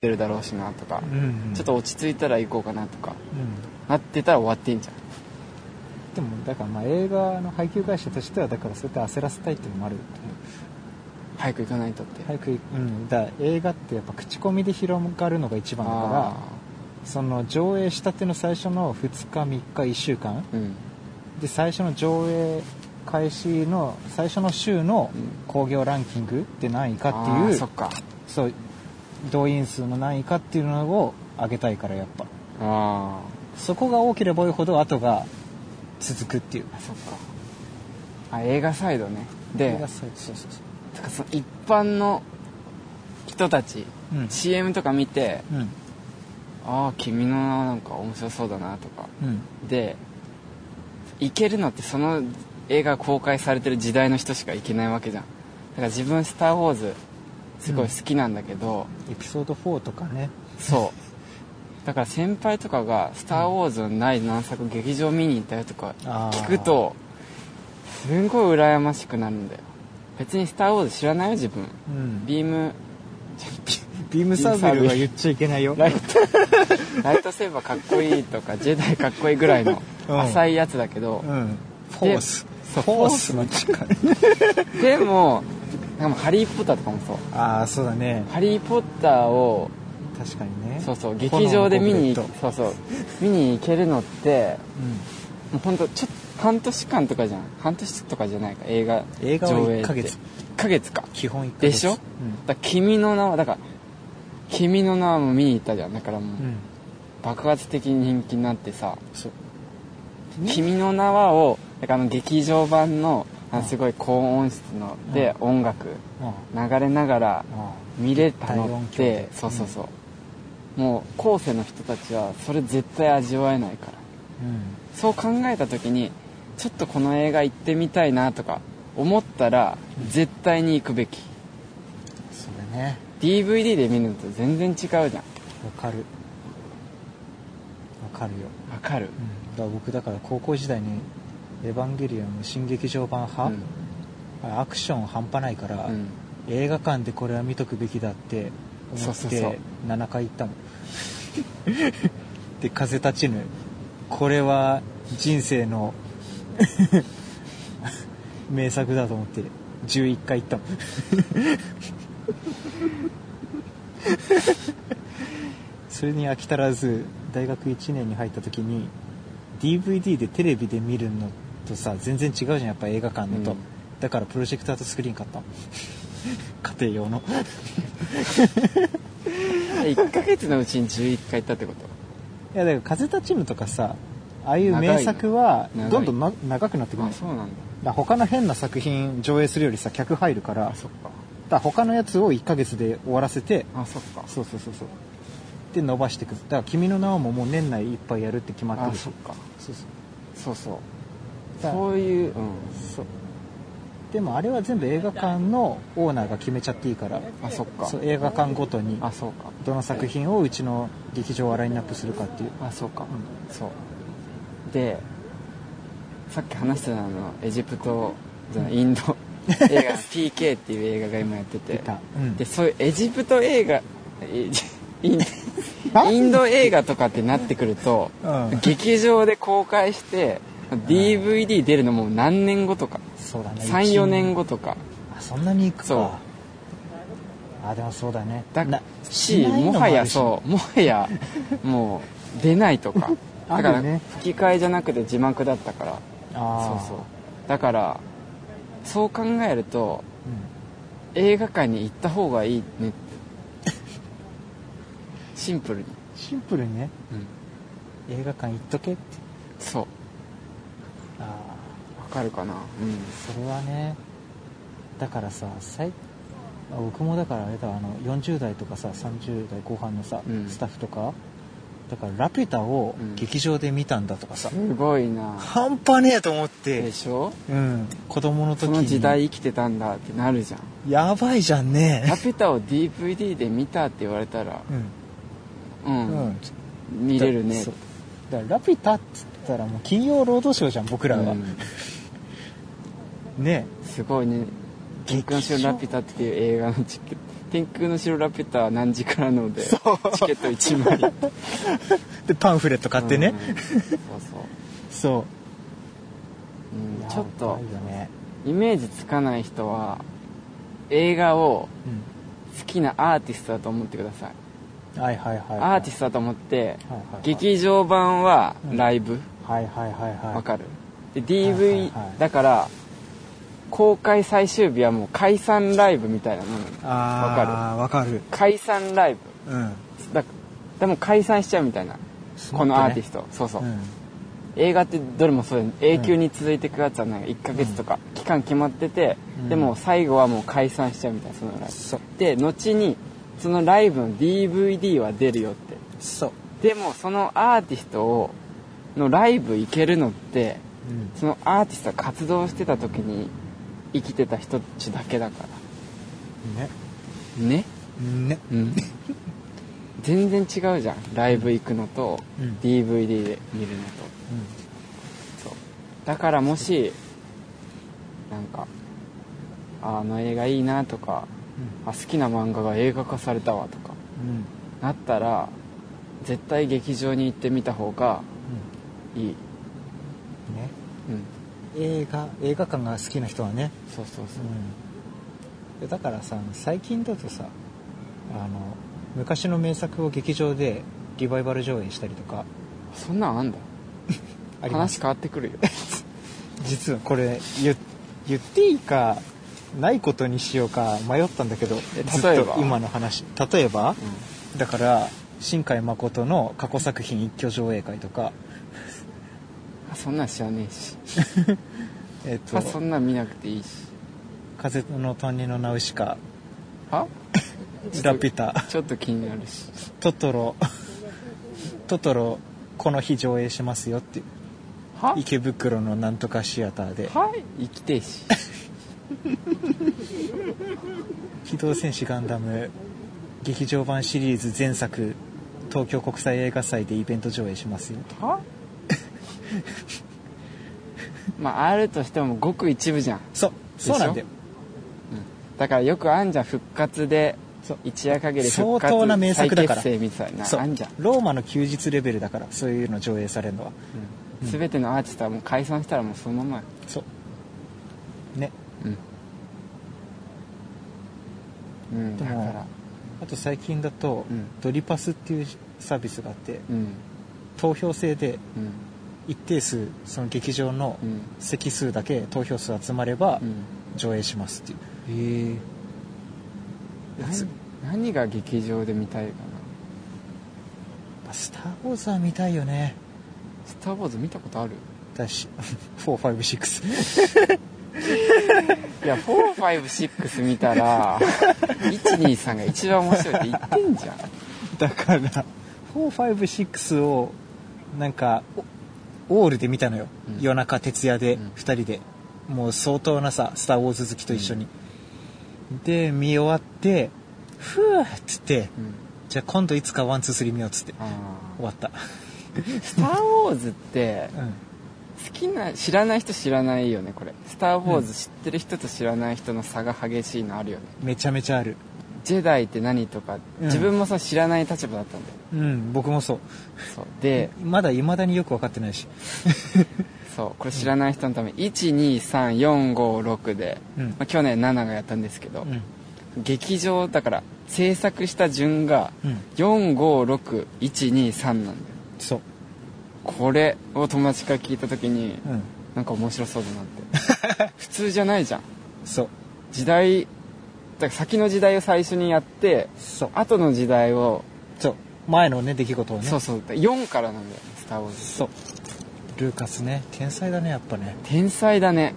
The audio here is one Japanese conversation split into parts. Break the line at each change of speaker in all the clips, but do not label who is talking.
てるだろうしなとか、
うん
ちょっと落ち着いたら行こうかなとか
うん
なってたら終わってんじゃん
でもだからまあ映画の配給会社としてはだからそうやって焦らせたいっていうのもあると思
早く行かないとって
う早く、うん、だから映画ってやっぱ口コミで広がるのが一番だから
あ
その上映したての最初の2日3日1週間
ーうん
で最初の上映開始の最初の週の
うん
興行ランキングって何位かって
あ
い
ー
う、
そっか
そう動員数の何位かっていうのを上げたいからやっぱ
あ
そこが多ければ多いほど後が続くっていう
あそっかあ映画サイドね
映
で
画祭そうそうそ
だからその一般の人たち
ううん
CM とか見て
うん
ああ君の名はなんか面白そうだなとか
うん
で行けるのってその映画が公開されてる時代の人しか行けないわけじゃんだから自分「スター・ウォーズ」すごい好きなんだけど、
エピソード4とかね
そうだから先輩とかが「スター・ウォーズ」のない何作劇場見に行ったよとか
あー
聞くとすんごい羨ましくなるんだよ別に「スター・ウォーズ」知らないよ自分
うんビ
ビーム
ビームサーベルは言っちゃいけないよ
ライトライトセーバーかっこいいとかジェダイかっこいいぐらいの
うん
浅いやつだけど、
うんフォースフ
そう
ォースの力
でもなんかハリー・ポッターとかもそう
ああそうだね
ハリー・ポッターを
確かにね
そうそう
炎
劇場で見に
のゴブレッ
そうそう見に行けるのってもうほんとちょっと半年間とかじゃん半年とかじゃないか映画
トうん映画は
上映
1
って
ヶ月
1ヶ月かだか
基本1ヶ月
でしょ
うん
ら君の名はだから君の名はもう見に行ったじゃんだからもう、
うん
爆発的に人気になってさ
そう
「君の名は」をだからあの劇場版のあのすごい高音質ので音楽
あ
流れながら
あ
見れたのっ
大音響
て
で
そうそうそう、もう後世の人たちはそれ絶対味わえないから
うん
そう考えた時にちょっとこの映画行ってみたいなとか思ったら絶対に行くべき
それね
DVD で見るのと全然違うじゃんわ
わかるわかるよ、
かる、
だから僕だから高校時代に「エヴァンゲリオン」の新劇場版
う
派、
ん
あアクション半端ないから、
うん
映画館でこれは見とくべきだって思
そう
っ
そうそう
て7回行ったもん で風立ちぬこれは人生の 名作だと思って11回行ったもん それに飽き足らず大学1年に入った時に DVD でテレビで見るのとさ全然違うじゃんやっぱ映画館のと、
うん
だからプロジェクターとスクリーン買ったの 家庭用の
1ヶ月のうちに11回行ったってこと
いやだから風立ちぬとかさああいう
長いの
名作は
長い
どんどんな長くなってくる
あ
の
そうなんだ
だ他の変な作品上映するよりさ客入るからだ
あ
か
そっから
他のやつを1ヶ月で終わらせて
あそっか
そうそうそうそうで伸ばしていくだから君の名はもうもう年内いっぱいやるって決まって
あ
るし
そっか
そうそう
そうそう
だ
そういう、うん、
そうでもあれは全部映画館のオーナーが決めちゃっていいから
あそっか
そう映画館ごとに
あそうか
どの作品をうちの劇場はラインナップするかっていう
あそうか、
う
そうでさっき話してたあのエジプトじゃないインド 映画 PK っていう映画が今やってて
たうん
でそういうエジプト映画えじイン
な ん
インド映画とかってなってくると、
うん
劇場で公開して DVD 出るのもう何年後とか
そうだね
34年
後
後とか
あそんなに行くか
そう
あでもそうだね
だ
な
し
ないの
も
もあ
は
るし
やそうもはやもう出ないとか だ
ある
か
よ
ら
ね
吹き替えじゃなくて字幕だったから
あ
そ
あ
うそうだからそう考えると
う
映画館に行った方がいい ねシンプルに、
んシンプルにね映画館行っとけって
そ
あ
うわかるかな
あそれはねだからさ最あ僕もだからあれだあの40代とかさ30代後半のさ、
うん
スタッフとかだから「ラピュタ」を
うん
劇場で見たんだとかさ、
うんすごいな
半端ねえと思っ
で
て、
しょ
うん、子供の時
そ
に
の時代生きてたんだってなるじゃん
やばいじゃん
「ラ
ね
ピュタ」を DVD で見たって言われたらう、
うんん、うん、
見れるね
そうだから「ラピュタ」っつったらもう金曜ロードショーじゃん僕らは、
うん
ね
すごいね「
劇場
月刊週ラピュタ」っていう映画のチケッ天空の城ラピュタ何時からのでチケット1枚
でパンフレット買ってね、
うんそうそう、
そ
うん
う
ちょっと
いや怖いよね、
イメージつかない人は映画を好きなアーティストだと思ってください
うん、はいはいはい、はい、
アーティストだと思って
はいはいはい
劇場版はライブ
はいはいはいはい
わかるで
はいはいはい
DV だから公開最終日はもう解散ライブみたいなもの
ああわかる
解散ライブ
うん
だでも解散しちゃうみたいなこのアーティスト、そうそう、
うん
映画ってどれもそうだよね永久に続いていくやつはなんか1ヶ月とか期間決まってて、
うん
でも最後はもう解散しちゃうみたいなそのライ
そう
ブで後にそのライブの DVD は出るよって
そう
でもそのアーティストをのライブ行けるのって
うん
そのアーティストが活動してた時に生きてた人たちだけだか
ね
らね
ね
うん全然違うじゃんライブ行くのと
うん
DVD で見るのとそうだからもしなんかああの映画いいなとかあ好きな漫画が映画化されたわとか
うんうん
なったら絶対劇場に行ってみた方がいい
うんね
うん
映画映画館が好きな人はね
そうそうそう、
うん、だからさ最近だとさあの昔の名作を劇場でリバイバル上映したりとか
そんなんあんだ
あります
話変わってくるよ
実はこれ言言っていいかないことにしようか迷ったんだけど
え
ずっ
例え
と
ば
今の話例えば、だから新海誠の過去作品一挙上映会とか
あそんなん知らねえし
「えっ
あそ
と
んなん見なくていいし
風の谷のナウシカ」
は
「ラピュタ」
ちょっと気になるし
「トトロ」「トトロこの日上映しますよ」っていう
は
池袋のなんとかシアターで
はい生きてえ し
「機動戦士ガンダム」劇場版シリーズ前作東京国際映画祭でイベント上映しますよと
はまああるとしてもごく一部じゃん
そう
しょ
そうなんだよ
だからよくあんじゃん復活で
そう
一夜限り復
相当な名
活再
作だから
結成みたいな
そう
あんじゃん、
ローマの休日レベルだからそういうの上映されるのは
うん、全てのアーティストはもう解散したらもうそのままよ
そうね
うん、うん、
で
だか
も
ら
あと最近だと、
うん
ドリパスっていうサービスがあって
うん
投票制で
うん
一定数その劇場の
うん
席数だけ投票数集まれば
うん
上映しますっていう
へえ
やつ
何が劇場で見たいかな
「スター・ウォーズ」は見たいよね
「スター・ウォーズ」見たことある
だ し456
いや456見たら123が一番面白いって言ってんじゃん
だから456をなんかおオールで見たのよ、
うん
夜中徹夜で
うん
2人で、もう相当なさ「スター・ウォーズ」好きと一緒に、で見終わってふーっつって
うん
じゃあ今度いつかワンツースリー見ようっつって終わった、
スター・ウォーズって
うん、
好きな知らない人知らないよねこれ「スター・ウォーズ」知ってる人と知らない人の差が激しいのあるよね
めちゃめちゃある
「ジェダイって何?」とか
うん
自分もさ知らない立場だったんだよ、
うん僕もそう
そうで
まだいまだによく分かってないし、
そうこれ知らない人のために123456で、
うん
まあ、去年7がやったんですけど、
うん
劇場だから制作した順が
うん、
456123なんだよ
そう、
これを友達から聞いた時に
うん、
なんか面白そうだなっ て普通じゃないじゃん
そう
時代だから先の時代を最初にやって
そう
後の時代を、
そう前のね出来事をね
そうそう4からなんだよね「スター・ウォーズ」
そうルーカスね天才だねやっぱね
天才だね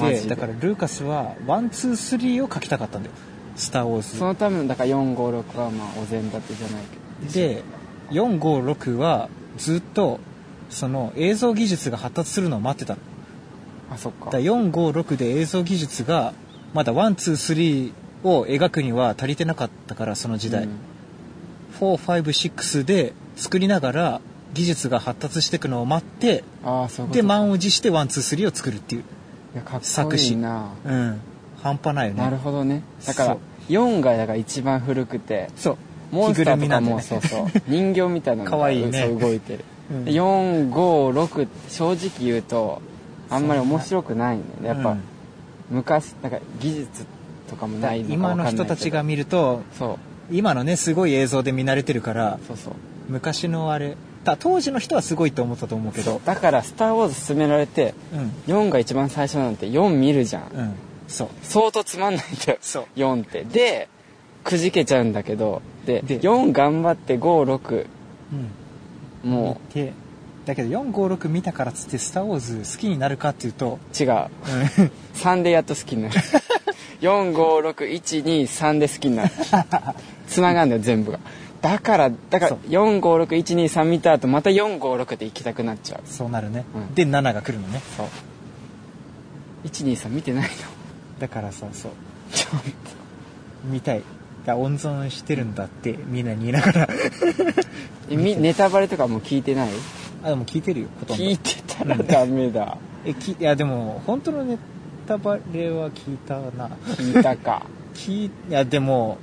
マ
で
ジで
だからルーカスはワンツースリーを書きたかったんだよ「スター・ウォ
そ
ー
のためのだから456はまあお膳立てじゃないけど
ズ」で456はずっとその映像技術が発達するのを待ってたの
あそっか
だから456で映像技術がまだワンツースリーを描くには足りてなかったからその時代、
うん
456で作りながら技術が発達していくのを待って
ああそういうこと
で
い
満を持してワンツースリーを作るっていう
やかっこ
作
い
詞
いな
うん半端ないよね
なるほどねだから
そう
4がだから一番古くて
そう
モンスター
着ぐるみ
と
な
か
んだよ
も
ね
そうそう人形みたいなのが
かわいいね
そう動いてる、
うん
456って正直言うとあんまり面白くないねやっぱ、
うん
昔なんか技術とかも
だ
ないのかわ
今
かん
の
ないけど
人たちが見ると
そう
今のねすごい映像で見慣れてるから
そうそう
昔のあれだ当時の人はすごいと思ったと思うけど
だから「スター・ウォーズ」勧められて
うん
4が一番最初なんて4見るじゃん、
うんそう
相当つまんないんだよ
そう
4ってでくじけちゃうんだけどで
で
4頑張って56
うん
も
でだけど456見たからっつって「スター・ウォーズ」好きになるかっていうと
う違う3でやっと好きにな る456123で好きに なるつながんだよ全部がだからだか
そ
ら
う
456123見た後また456で行きたくなっちゃう
そうなるね、
うん
で7が来るのね
そう123見てないの
だからさそう
ちょっ
見たいだから温存してるんだってみんなに言いながら
とえみネタバレとかもう聞いてない
あでも聞いてるよほとんど
聞いてたらダメだ
えきいやでも本当のネタバレは聞いたな
聞いたか
聞いいやでも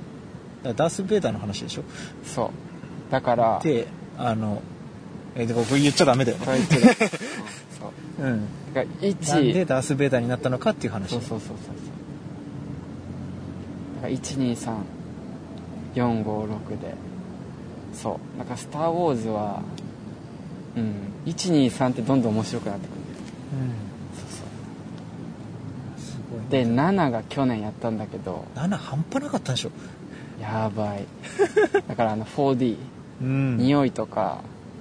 ダース・ベイダーの話でしょ
そうだから
であのえでもこれ言っちゃダメだよ
こ
ね
れ 一だうんそう
うん
だから
なんで
1
ダース・ベイダーになったのかっていう話
そうそうそうそうそうだから123456でそうだから「スター・ウォーズは」うん123ってどんどん面白くなってくる
うん
そうそう
すごいね
で7が去年やったんだけど
7半端なかったんでしょ
やばい だからあの 4D
うん
匂いとか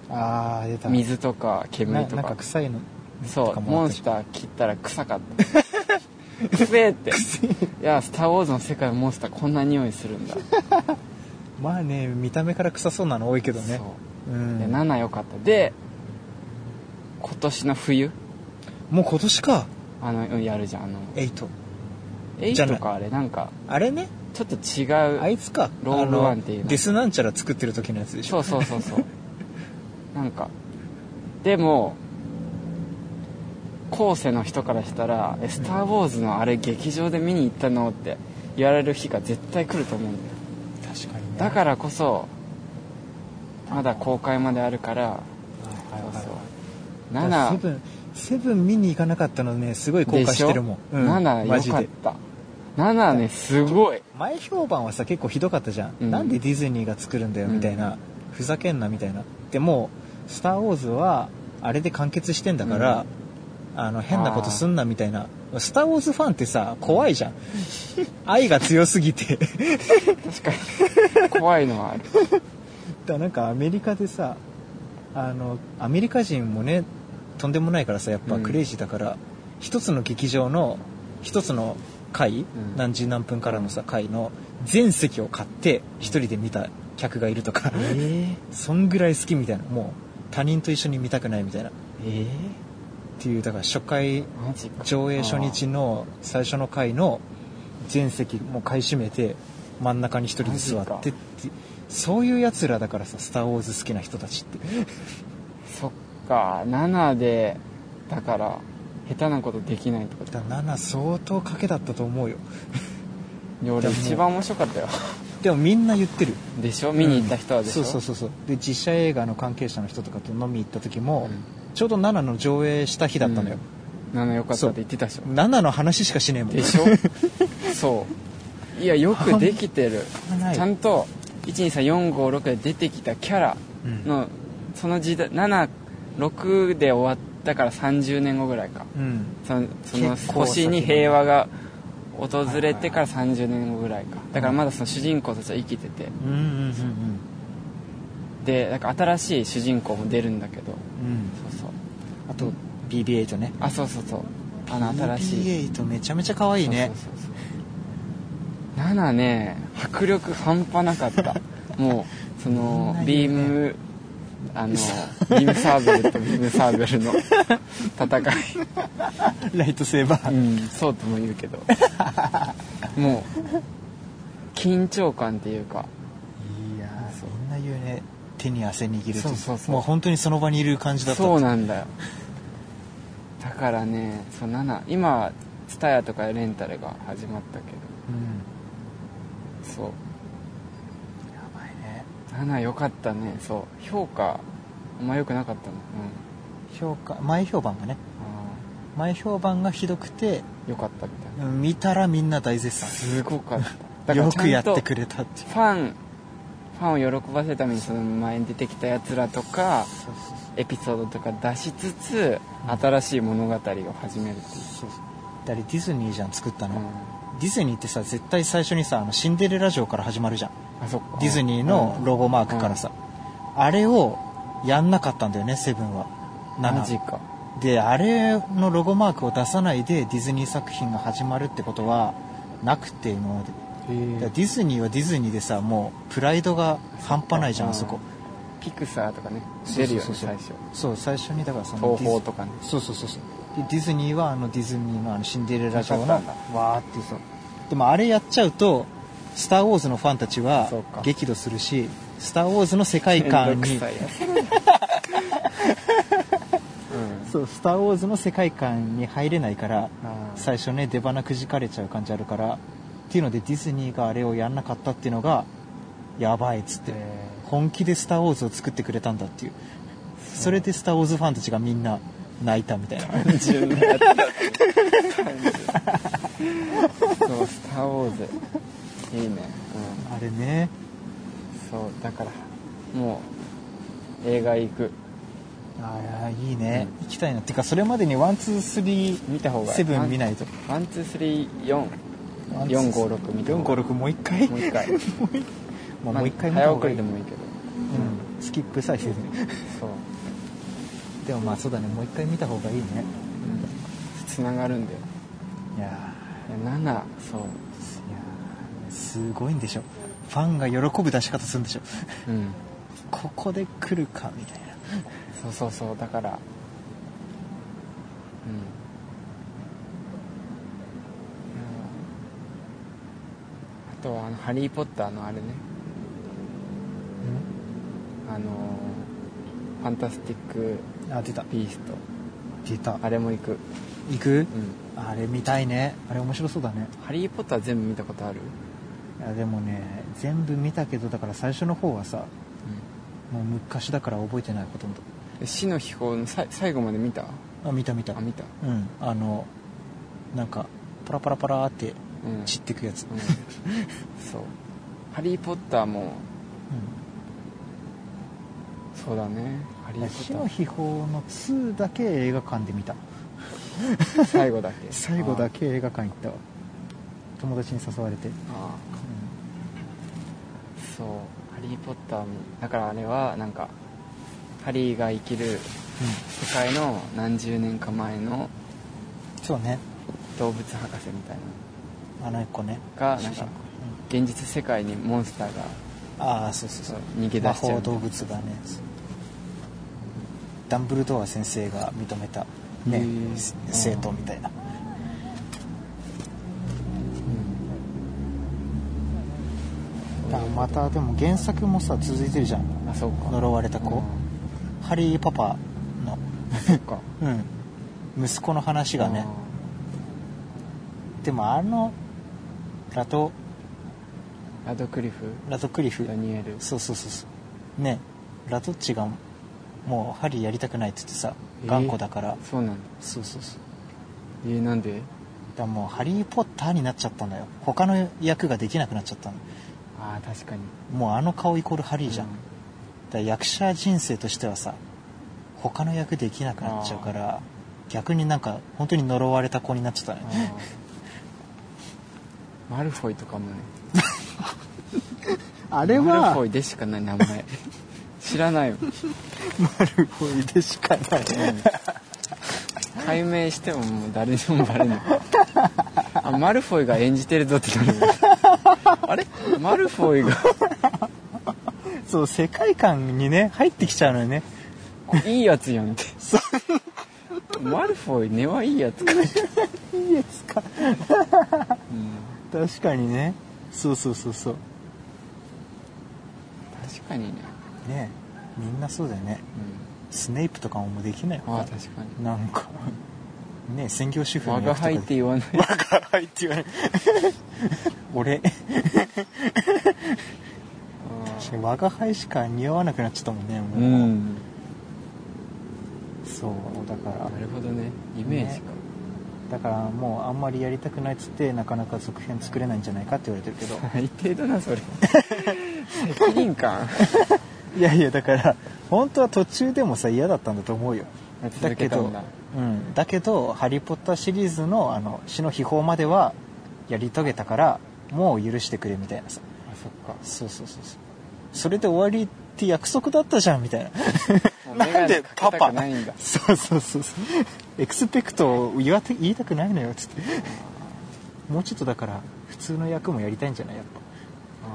ああ出た
水とか
な
煙と
なんか
か
臭いの
そ
と
う
か
モ
もあっ
ン
たし
スター切ったら臭かった くせえっていや「スター・ウォーズ」の世界のモンスターこんな匂いするんだ、
まあね見た目から臭そうなの多いけどね
そう
う
で
ん
7良かったで今年の冬
もう今年か
あのうんやるじゃんあの
8じゃな
8
い
とかあれなんか
あれね
ちょっと違う
あいつか
ロール
あの
ワンっていうの
デスなんちゃら作ってる時のやつでし
そ
ょ
うそうそうそう なんかでも後世の人からしたら「えスター・ウォーズ」のあれ劇場で見に行ったのって言われる日が絶対来ると思うんだよ
確かにね
だからこそまだ公開まであるから
あ
そう
はいはい
そ
はいうセ
7
ブンセブン見に行かなかったのねすごい後悔
で
し
しょ
てるもん、うん、
7
マ
良
ジ
かっ
で
た7ねすごい
前評判はさ結構ひどかったじゃん、
うん
なんでディズニーが作るんだよ
うん
みたいな、ふざけんなみたいなでも「スター・ウォーズ」はあれで完結してんだから、あの変なことすんなみたいな「スター・ウォーズ」ファンってさ怖いじゃん愛が強すぎてだか
確かに怖いのはある
らなんかアメリカでさあのアメリカ人もねとんでもないからさやっぱ
うん
クレイジーだから、一つの劇場の一つの回、
ん
何時何分からのさ回の全席を買って一人で見た客がいるとか、
え
そんぐらい好きみたいなもう他人と一緒に見たくないみたいなっ
え
ていうだから初回
マジか
上映初日の最初の回の全席もう買い占めて真ん中に一人で座
マ
っ
ジ
てってそういうやつらだからさ「スター・ウォーズ」好きな人たちって
そっか7でだから下手なことできないってこと
だから7相当賭けだったと思うよ
いや俺
でも
一番面白かったよ
でもみんな言ってる
でしょ見に行った人はでしょ、
うんそうそうそうそうで実写映画の関係者の人とかと飲み行った時も、
うん
ちょうど7の上映した日だったのよ、
7良かったって言ってたでしょ
7の話しかしねえもん
で しょそういやよくできてる
ない
ちゃんと123456で出てきたキャラ
うん
の、その時代76で終わったから30年後ぐらいか
うん
そのその
結構
星
先だね
に平和が訪れてから30年後ぐらいかだからまだその主人公たちは生きてて
うんうんうん
でなんか新しい主人公も出るんだけど
うんうん
そうそう
あと BB8 ね
あそうそうそうあの新しい
BB8 めちゃめちゃ可愛いね
そうそうそうそう7ね迫力半端なかった もうその
そんなに
ビ
ね
ームあのビームサーベルとビームサーベルの戦い
ライトセーバー、
うん、そうとも言う けどもう緊張感っていうか
いやーそんな言うね手に汗握るとい
そうそうそう
もう本当にその場にいる感じだった
そう
な
なんだよだからねそう7今 TSUTAYA とかレンタルが始まったけどそう
やばいね
7良かったねそう評価あんま良くなかったの
評価前評判がね
うんあ
前評判がひどくて
あ良かったみたいな
見たらみんな大絶賛
すごかった
よ
ちゃん
く
と
やってくれたっていう
ファンファンを喜ばせるためにその前に出てきたやつらとか
そうそうそう
エピソードとか出しつつ新しい物語を始めるっていう
そうだってディズニーじゃん作ったの、
う
ディズニーってさ絶対最初にさあのシンデレラ城から始まるじゃん
んあそっか
ディズニーのロ
ゴ
ゴマークからさ、あれをやんなかったんだよねセブンは
マジ
7
か
であれのロゴマークを出さないでディズニー作品が始まるってことはなくて今まで
へ
だから
ー
ディズニーはディズニーでさもうプライドが半端ないじゃんあそこ
ピクサーとかね
そう
出る
そう
よね
そう
最初
そう最初にだからその
東
デ
宝
ィズ
とかね
そうそうそうそうでディズニーはあのディズニーのあのシンデレラ城の
なかったん
わーってそうでもあれやっちゃうと「スター・ウォーズ」のファンたちは
そうか
激怒するし「スター・ウォーズ」の世界観
めん
に
どくさいやつうん
そう「スター・ウォーズ」の世界観に入れないから
あー
最初ね出花くじかれちゃう感じあるからっていうのでディズニーがあれをやんなかったっていうのがやばいっつって
え
本気で「スター・ウォーズ」を作ってくれたんだっていうそれで「スター・ウォーズ」ファンたちがみんな泣いたみたいな
ー単純なやつだね単純そう「スター・ウォーズ」いいね
あれね
うんそうだからもう映画行く
ああいいね、
う
行きたいなってかそれまでにワンツースリー
見た方が
セブン見ないと
ワンツースリー4
ワンツースリー
456見た方が
456もう一回
もう一回
まあ
まあ
もう一回見た
早
方
送
がい
り
い、
でもいいけど
うん、スキップさえせずに
そう
でもまあそうだねもう一回見た方がいいね
つながるんだよ
いや
いや7そう
ーいやーすごいんでしょファンが喜ぶ出し方するんでしょ
うん
ここで来るかみたいな
そうそうそうだからうんあとはあの「ハリー・ポッター」のあれねあのーファンタスティック・
あ出た
ビースト」
出た
あれも行く
行く
うん
あれ見たいねあれ面白そうだね
「ハリー・ポッター」全部見たことある、
いやでもね全部見たけどだから最初の方はさもう昔だから覚えてないほとんど
え死の秘宝のさい最後まで見た
あ見た見た
あ見た
うんあのなんかパラパラパラーって
うん
散ってくやつ、
うんそう「ハリー・ポッターも」そうだね「ハリ
うん、
ー・
火
ポ
の
ッ
秘宝の2だけ映画館で見た
ター」最 後だけ
最後だけ映画館行ったわ友達に誘われて、
あーあーそう「ハリー・ポッターも」だからあれはなんかハリーが生きる世界の何十年か前の
そうね
動物博士みたい
あの一個ね
なのが
主
なん
人
か
公
現実世界にモンスターが
うんああそうそう
そ
そうう
逃げ
魔
出しちゃ
法
う
動物がねダンブルドア先生が認めたね
へー
生徒みたいなあまたでも原作もさ続いてるじゃん
あそうか
呪われた子、ハリーパパの、
うんそっか
うん、息子の話がねでもあのラト
あーラドクリフ
ラトクリフ
ダニエル
そうそうそうそうねラトッチがもうハリーやりたくないって言ってさ
えー
頑固だから、
そうなんだ
そうそうそうだ
えー、なんで
からもうハリー・ポッターになっちゃったのよ他の役ができなくなっちゃったの
ああ確かに
もうあの顔イコールハリーじゃん、
う
だから役者人生としてはさ他の役できなくなっちゃうから逆になんか本当に呪われた子になっちゃったの
あ
よ
ーマルフォイとかもね
あれ
マル
は
フォイでしかない名前知ら ないよ
マルフォイ でしかない
解明してももう誰にもバレないあマルフォイが演じてるぞってなる もんあれマルフォイが
そう世界観にね入ってきちゃうのよね
いいやつやんってマルフォイ根はいいやつか、うん、
いいですか確かにねそうそうそうそう
確かにね、
ねみんなそうだよね
う
スネイプとかももうできない
ん、あ
わ
あ確かに
なんかね専業主婦
我が
の役とか
輩って言わない
我が輩って言わない 俺確かに我が輩しか似合わなくなっちゃったもんねも
う
うんそうだから
なるほどねイメージか、
だからもうあんまりやりたくないっつってなかなか続編作れないんじゃないかって言われてる けど
最低だなそれ責任感
いやいやだから本当は途中でもさ嫌だったんだと思うよ
続けたんだ
だうん、だけど「ハリー・ポッター」シリーズのあの死の秘宝まではやり遂げたからもう許してくれみたいなさ
あそっか
そうそうそうそうそれで終わりって約束だったじゃんみたいな
もう
なんで
眼鏡かけた
パパ
くないんだ
そうそうそうそうエクスペクトを言わて言いたくないのよつってもうちょっとだから普通の役もやりたいんじゃないやっぱ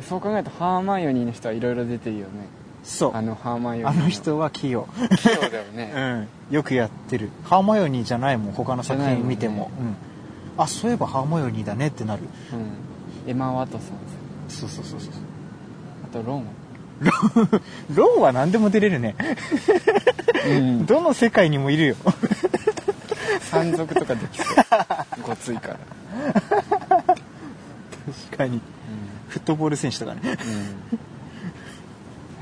あーそう考えるとハーマイオニーの人はいろいろ出てるよね
そう
あ
あの
のハーマイオニー
人は器用
器用だよね、
うん、よくやってるハーマイオニーじゃないもん他の作
じゃないも
品
んね
見ても、うん、あそういえばハーマイオニーだねってなる
うん、エマ・ワトソンさん
そうそうそうそう
あとロン、
ロンは 何でも出れるね
うん、
どの世界にもいるよ
山賊とかできそう ごついから、
確かにフットボール選手とかね
うん うん、へ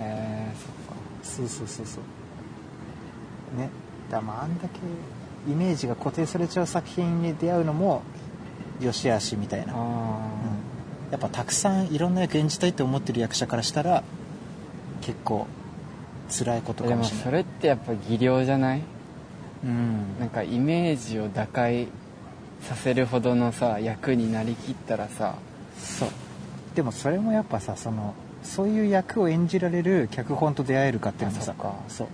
えそっか
そうそうそうそうねだからまああんだけイメージが固定されちゃう作品に出会うのもよし悪しみたいな、うん、
あ
やっぱたくさんいろんな役演じたいと思ってる役者からしたら結構辛いこと
あ
か
で
も
も
しれない
それってやっぱ技量じゃない
うん
なんかイメージを打開させるほどのさ役になりきったらさ
そうでもそれもやっぱさそのそういう役を演じられる脚本と出会えるかっていうのも
あそ
さ
っか
そう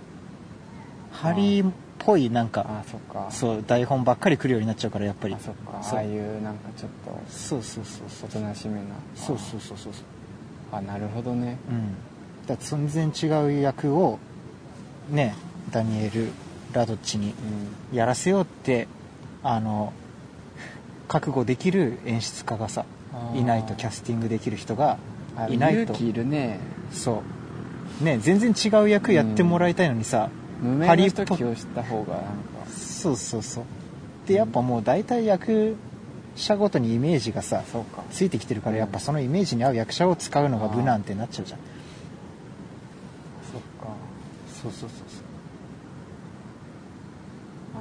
ハリーっぽいなんか
あそっか
そう台本ばっかり来るようになっちゃうからやっぱり
あそっか
そう
ああいうなんかちょっと
そうそうそうそ
お
う
となしめな
そうそうそうそうそう
あなるほどね
うんだから全然違う役をねダニエル・ラドッチに
うん
やらせようってあの覚悟できる演出家がさ
あー
いないとキャスティングできる人が
あ
いないと
勇気いるね
そうね全然違う役やってもらいたいのにさ、
無名
ハリ
の
ーポ
時を知った方がなんか
そうそうそうでやっぱもう大体役者ごとにイメージがさ
そうか
ついてきてるからやっ
う
ぱ
ん
そのイメージに合う役者を使うのが
あー
無難ってなっちゃうじゃん
そっか
そうそうそうそ
あ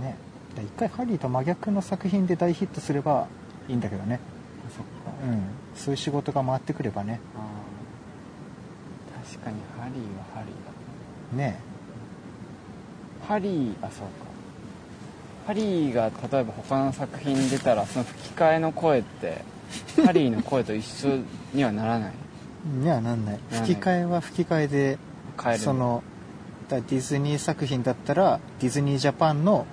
うねだから一回ハリーと真逆の作品で大ヒットすればいいんだけどね
ーそっか
うんそういう仕事が回ってくればね
あー確かにハリーはハリーだ
ね
ハリーあそうかハリーが例えば他の作品に出たらその吹き替えの声ってハリーの声と一緒にはなら ない
にはなんない
ならない
吹き替えは吹き替えで
変える
そのだディズニー作品だったらディズニージャパンの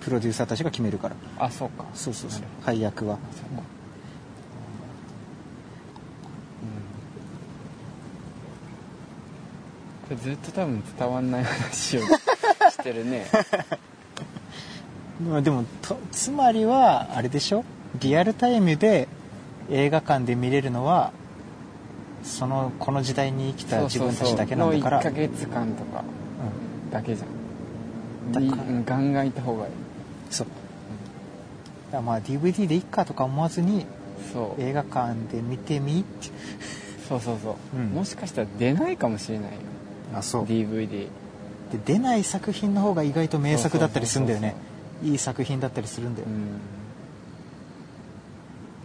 プロデューサーたちが決めるから
あそうか
そうそうそう
なるほど
配役は
あそうかうんこれずっと多分伝わんない話をしてる ね
まあでもとつまりはあれでしょリアルタイムで映画館で見れるのはそのこの時代に生きた自分たちだけなんだから
そうそうそうの1ヶ月間とか
うん
だけじゃ
だ
ん
から
いうんガンガン行った方がいい
そうだからまあ DVD でいっかとか思わずに
そう
映画館で見てみって
そうそうそう、
うん
もしかしたら出ないかもしれないよ
あそ
DVD
で出ない作品の方が意外と名作だったりするんだよね
そうそう
いい作品だったりするんだよ、
うん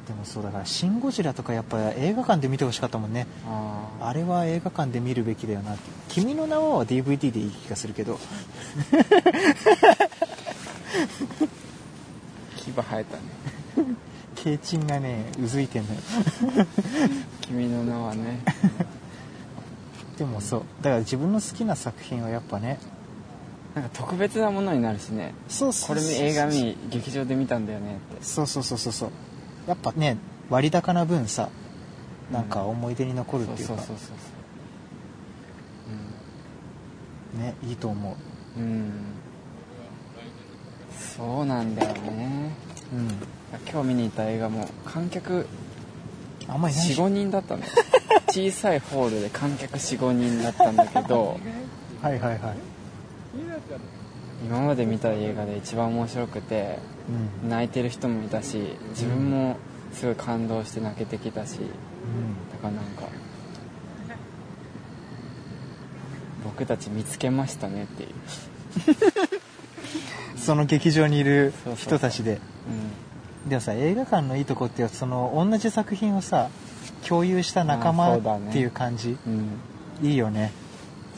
でもそうだから「シン・ゴジラ」とかやっぱ映画館で見てほしかったもんね
ああ
あれは映画館で見るべきだよなって「君の名は」は DVD でいい気がするけど
牙生えたね
ケイチンがねうずいてんのよ
君の名は ね
でもそうだから自分の好きな作品はやっぱね
なんか特別なものになるしね
そうそ
こ
う
れ
そうそう
映画見劇場で見たんだよねって
そうそうそうそうそうやっぱね割高な分さなんか思い出に残
そ
る
うそ
っ
う
ていう
そう
か
そう
ねいいと思
うん、うん、そうなんだよね
ううん
今日見に行った映画も観客
あんまりないし
45人だった の小さいホールで観客45人だったんだけど
はいはいはい
今まで見た映画で一番面白くて
うん
泣いてる人もいたし自分もすごい感動して泣けてきたしだからなんか僕たち見つけましたねっていう、
その劇場にいる
そうそう
人たちででもさ映画館のいいとこってその同じ作品をさ共有した仲
あー
間
そうだね
っていう感じ
うん、うん、
いいよね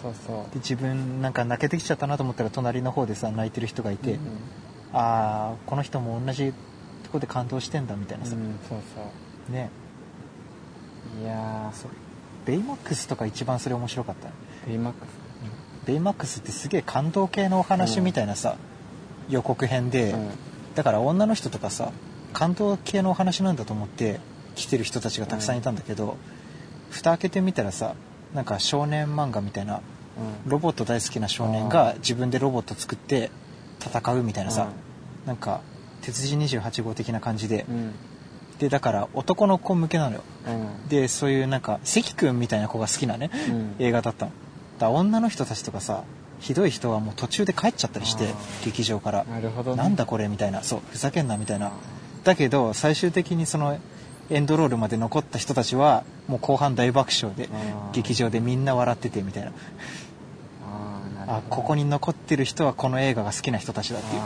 そうそ
で自分なんか泣けてきちゃったなと思ったら隣の方でさ泣いてる人がいうて、
うん
ああこの人も同じとこで感動してんだみたいな
うん
さ、
そう
ね
そういやー
そうベイマックスとか一番それ面白かったね
ベイマック
ベイマックスってすげえ感動系のお話みたいなさ、予告編で、
ス、うん
だから女の人とかさ感動系のお話なんだと思って来てる人たちがたくさんいたんだけど、蓋開けてみたらさなんか少年漫画みたいな
うん
ロボット大好きな少年が自分でロボット作って戦うみたいなさ、なんか鉄人28号的な感じで
う、んうん
でだから男の子向けなのよ
う
でそういうなんか関君みたいな子が好きなね、
んうん
映画だったのだから女の人たちとかさひどい人はもう途中で帰っちゃったりし
あ
て
ー
劇場から
なるほど、ね、
なんだこれみたいなそうふざけんなみたいな
あ
だけど最終的にそのエンドロールまで残った人たちはもう後半大爆笑で
あー
劇場でみんな笑っててみたいな
あーなるほど
あここに残ってる人はこの映画が好きな人たちだっていう
あ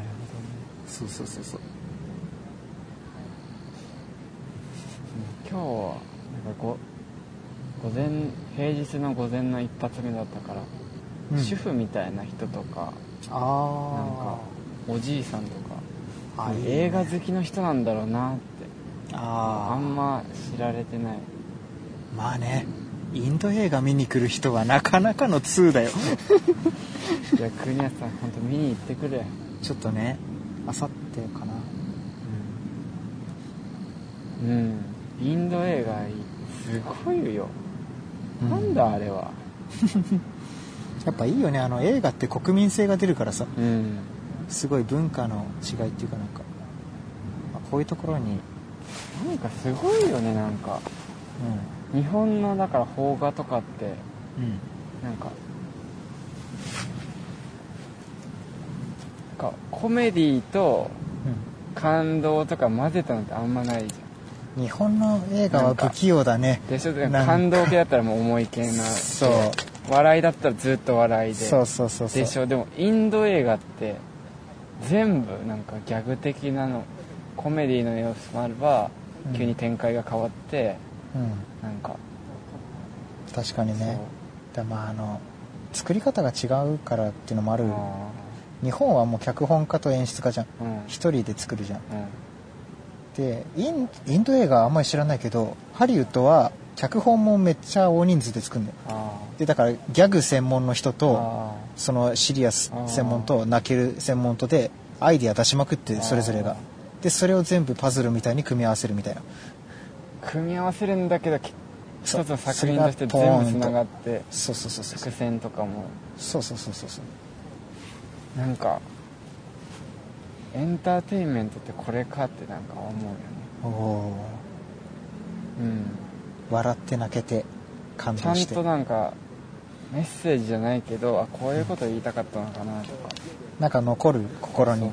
そうそうそうそう
ー今日はなんかご午前平日の午前の一発目だったから、
うん
主婦みたいな人とか
あ
おじいさんとか
ーあいいね
映画好きの人なんだろうなってあ
あ
んま知られて ない
ーまあねインド映画見に来る人はなかなかの2だよ
いや国安さん本当見に行ってくれ
ちょっとねあさってかな
うんインド映画いいすごいよ、
うん
なんだあれは
やっぱいいよねあの映画って国民性が出るからさ
うん
すごい文化の違いっていうかなんか、まあこういうところに、うん、
なんかすごいよねなんか日本のだから邦画とかって
うん、
なんかなんかコメディと感動とか混ぜたのってあんまないじ
日本の映画
な
は
んか
不器用だね
ゃんでしょ
なんか
感動系だったらもう思い系な
そ
笑いだったらずっと笑いうで
そうそうそうそう
でしょでもインド映画って全部なんかギャグ的なのコメディの様子もあれば
うん
急に展開が変わって、
うん、
なんか
確かに
そう
ねだまああの作り方が違うからっていうのもある
あ
日本はもう脚本家と演出家じゃん
ーうんうん
一人で作るじゃんでインインド映画はあんまり知らないけどハリウッドは脚本もめっちゃ大人数で作るんだよ
あ
でだからギャグ専門の人
ー
と
あ
そのシリアス専門と泣ける専門とでアイディア出しまくってそれぞれ
あ
がでそれを全部パズルみたいに組み合わせるみたいな
ー組み合わせるんだけどき
そう
一つの作品として全部つながって
そうそうそうそ
伏
う
線とかも
そうそうそうそうそう
なんかエンターテインメントってこれかってなんか思うよね
おお
うん
ー笑って泣けて感
ちゃ
動
ん
して
となんかメッセージじゃないけどあこういうこと言いたかったのかなとか
なんか残る心に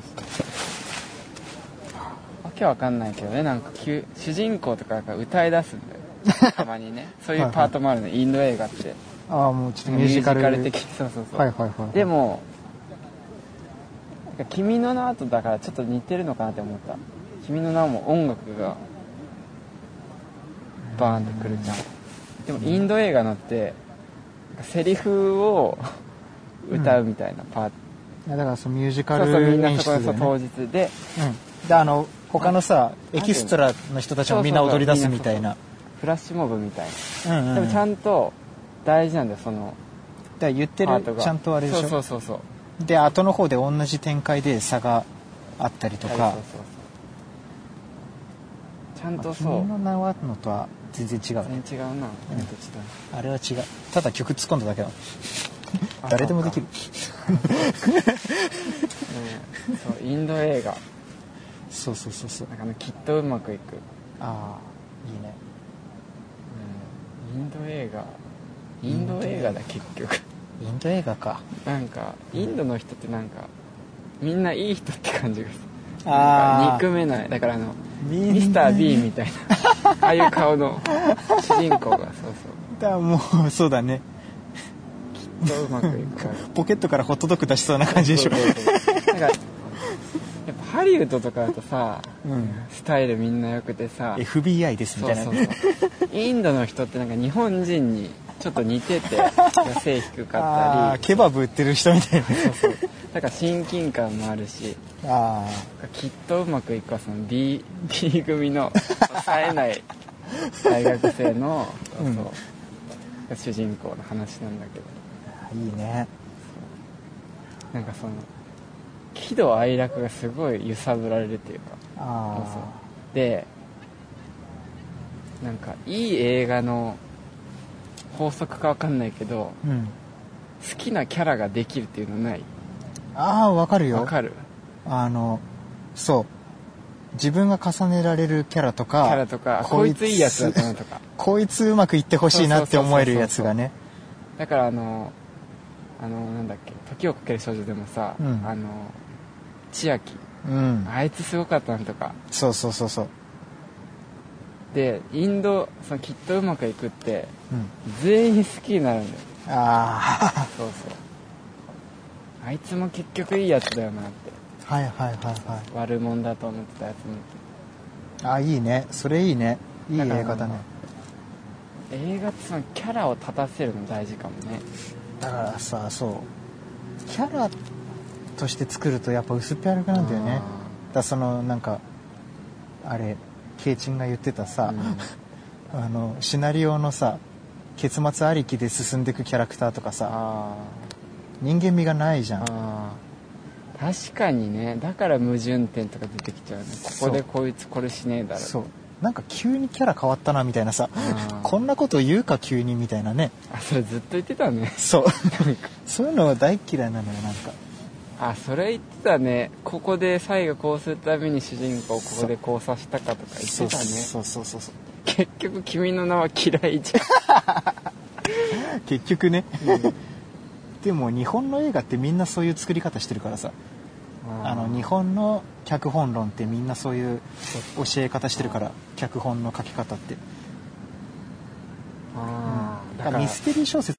わけわかんないけどねなんか急主人公とかが歌い出すんだよたまに ねそういうパートもあるのインド映画って
ああもうちょっと
ミ
ミ
ュー
ュー
ジ
ジ
カ
カ
ル
ル
的そうそうそう、
はいはいはい
でもなんか君の名とだからちょっと似てるのかなって思った君の名も音楽がバーンってくるじゃんでもインド映画のってなんかセリフを歌うみたいなパート、
いやだからそのミュージカ
そうそうみ
ル
ん
演
なそ
出
こでそ
だよ
う
ね
当日で
うんであの他のさエキストラの人たちもみんな踊り出すみたいな
フラッシュモブみたい
うんう
な、
ん
で
うん
もちゃんと大事なんだよその
だから言って
パート
る
が
ちゃんとあれでし
そ
ょ
うそうそうそう
で後の方で同じ展開で差があったりと
はい
か
そうそうそうちゃんとそう
君の名はのとは全然違うね
全然違うな、
うん
なんかちょっ
あれは違うただ曲突っ込んだだけだもん
とあ
誰でもできる
そうかうんそうインド映画
そうそうそうそう
なんかねきっとうまくいく、
ああいいね
うんインド映画インド映画だ結局
インド映画か
なんかインドの人ってなんかみんないい人って感じがするなんか
あ
憎めないだからあの
みんな
ミスター B みたいなああいう顔の主人公がそうそ
あだもうそうだね
うきっとうまくいくから
ポケットからホットドッグ出しそうな感じでしょ
そうそうそうなんかやっぱハリウッドとかだとさ
うん
スタイルみんな良くてさ
FBI ですみ
そ
た
う
いな
そうそうインドの人ってなんか日本人にちょっと似てて 背低か
あ
っ
ー
たり
ケバブ売ってる人みたいな
そうそうだから親近感もあるし
あ
きっとうまくいくわその B, B 組の冴えない大学生の、
うん
そう主人公の話なんだけど
あいいね
なんかその喜怒哀楽がすごい揺さぶられるというかそうそう
あ
でなんかいい映画の法則かわかんないけど
あうん
好きなキャラができるっていうのない
ああわかるよ
わかる
あのそう自分が重ねられるキャラと
キ
か
ャラとかこいついいやつだったなとか
こいつうまくいってほしいなって思えるやつがね
だからあのあのなんだっけ「時をかける少女」でもさ、
うん
あの千秋
うん
あいつすごかったなとか
そうそうそうそう
でインドそのきっとうまくいくって
うん
全員好きになるんだよ
あ
そうそうあいつも結局いいやつだよなって
あ はいはいはいはい
悪者だと思ってたやつも
ああいいねそれいいねいい映画だね
映画ってそのキャラを立たせるの大事かもね
だからさそうキャラとして作るとやっぱ薄っぺらくなんだよねだからそのなんかあれケイチンが言ってた
あ
さ、
ー
あのシナリオのさ結末ありきで進んでいくキャラクターとかさ
あ
人間味がないじゃ
ー
ん
あー確かにねだから矛盾点とか出てきちゃうねこ
そう
こでこいつこれしねえだろ
そうなんか急にキャラ変わったなみたいなさ
あー
こんなこと言うか急にみたいなね
あそれずっと言ってたね
そうそういうのは大嫌いなのよなんか
あそれ言ってたねここで最後こうするために主人公をここでこうさしたかとか言ってたね
そうそうそうそう
結局君の名は嫌いじ
結局ね、でも日本の映画ってみんなそういう作り方してるからさ
ゃん
あの日本の脚本論ってみんなそういう教え方してるから脚本の書き方って
あーだか
だかららミステリー小説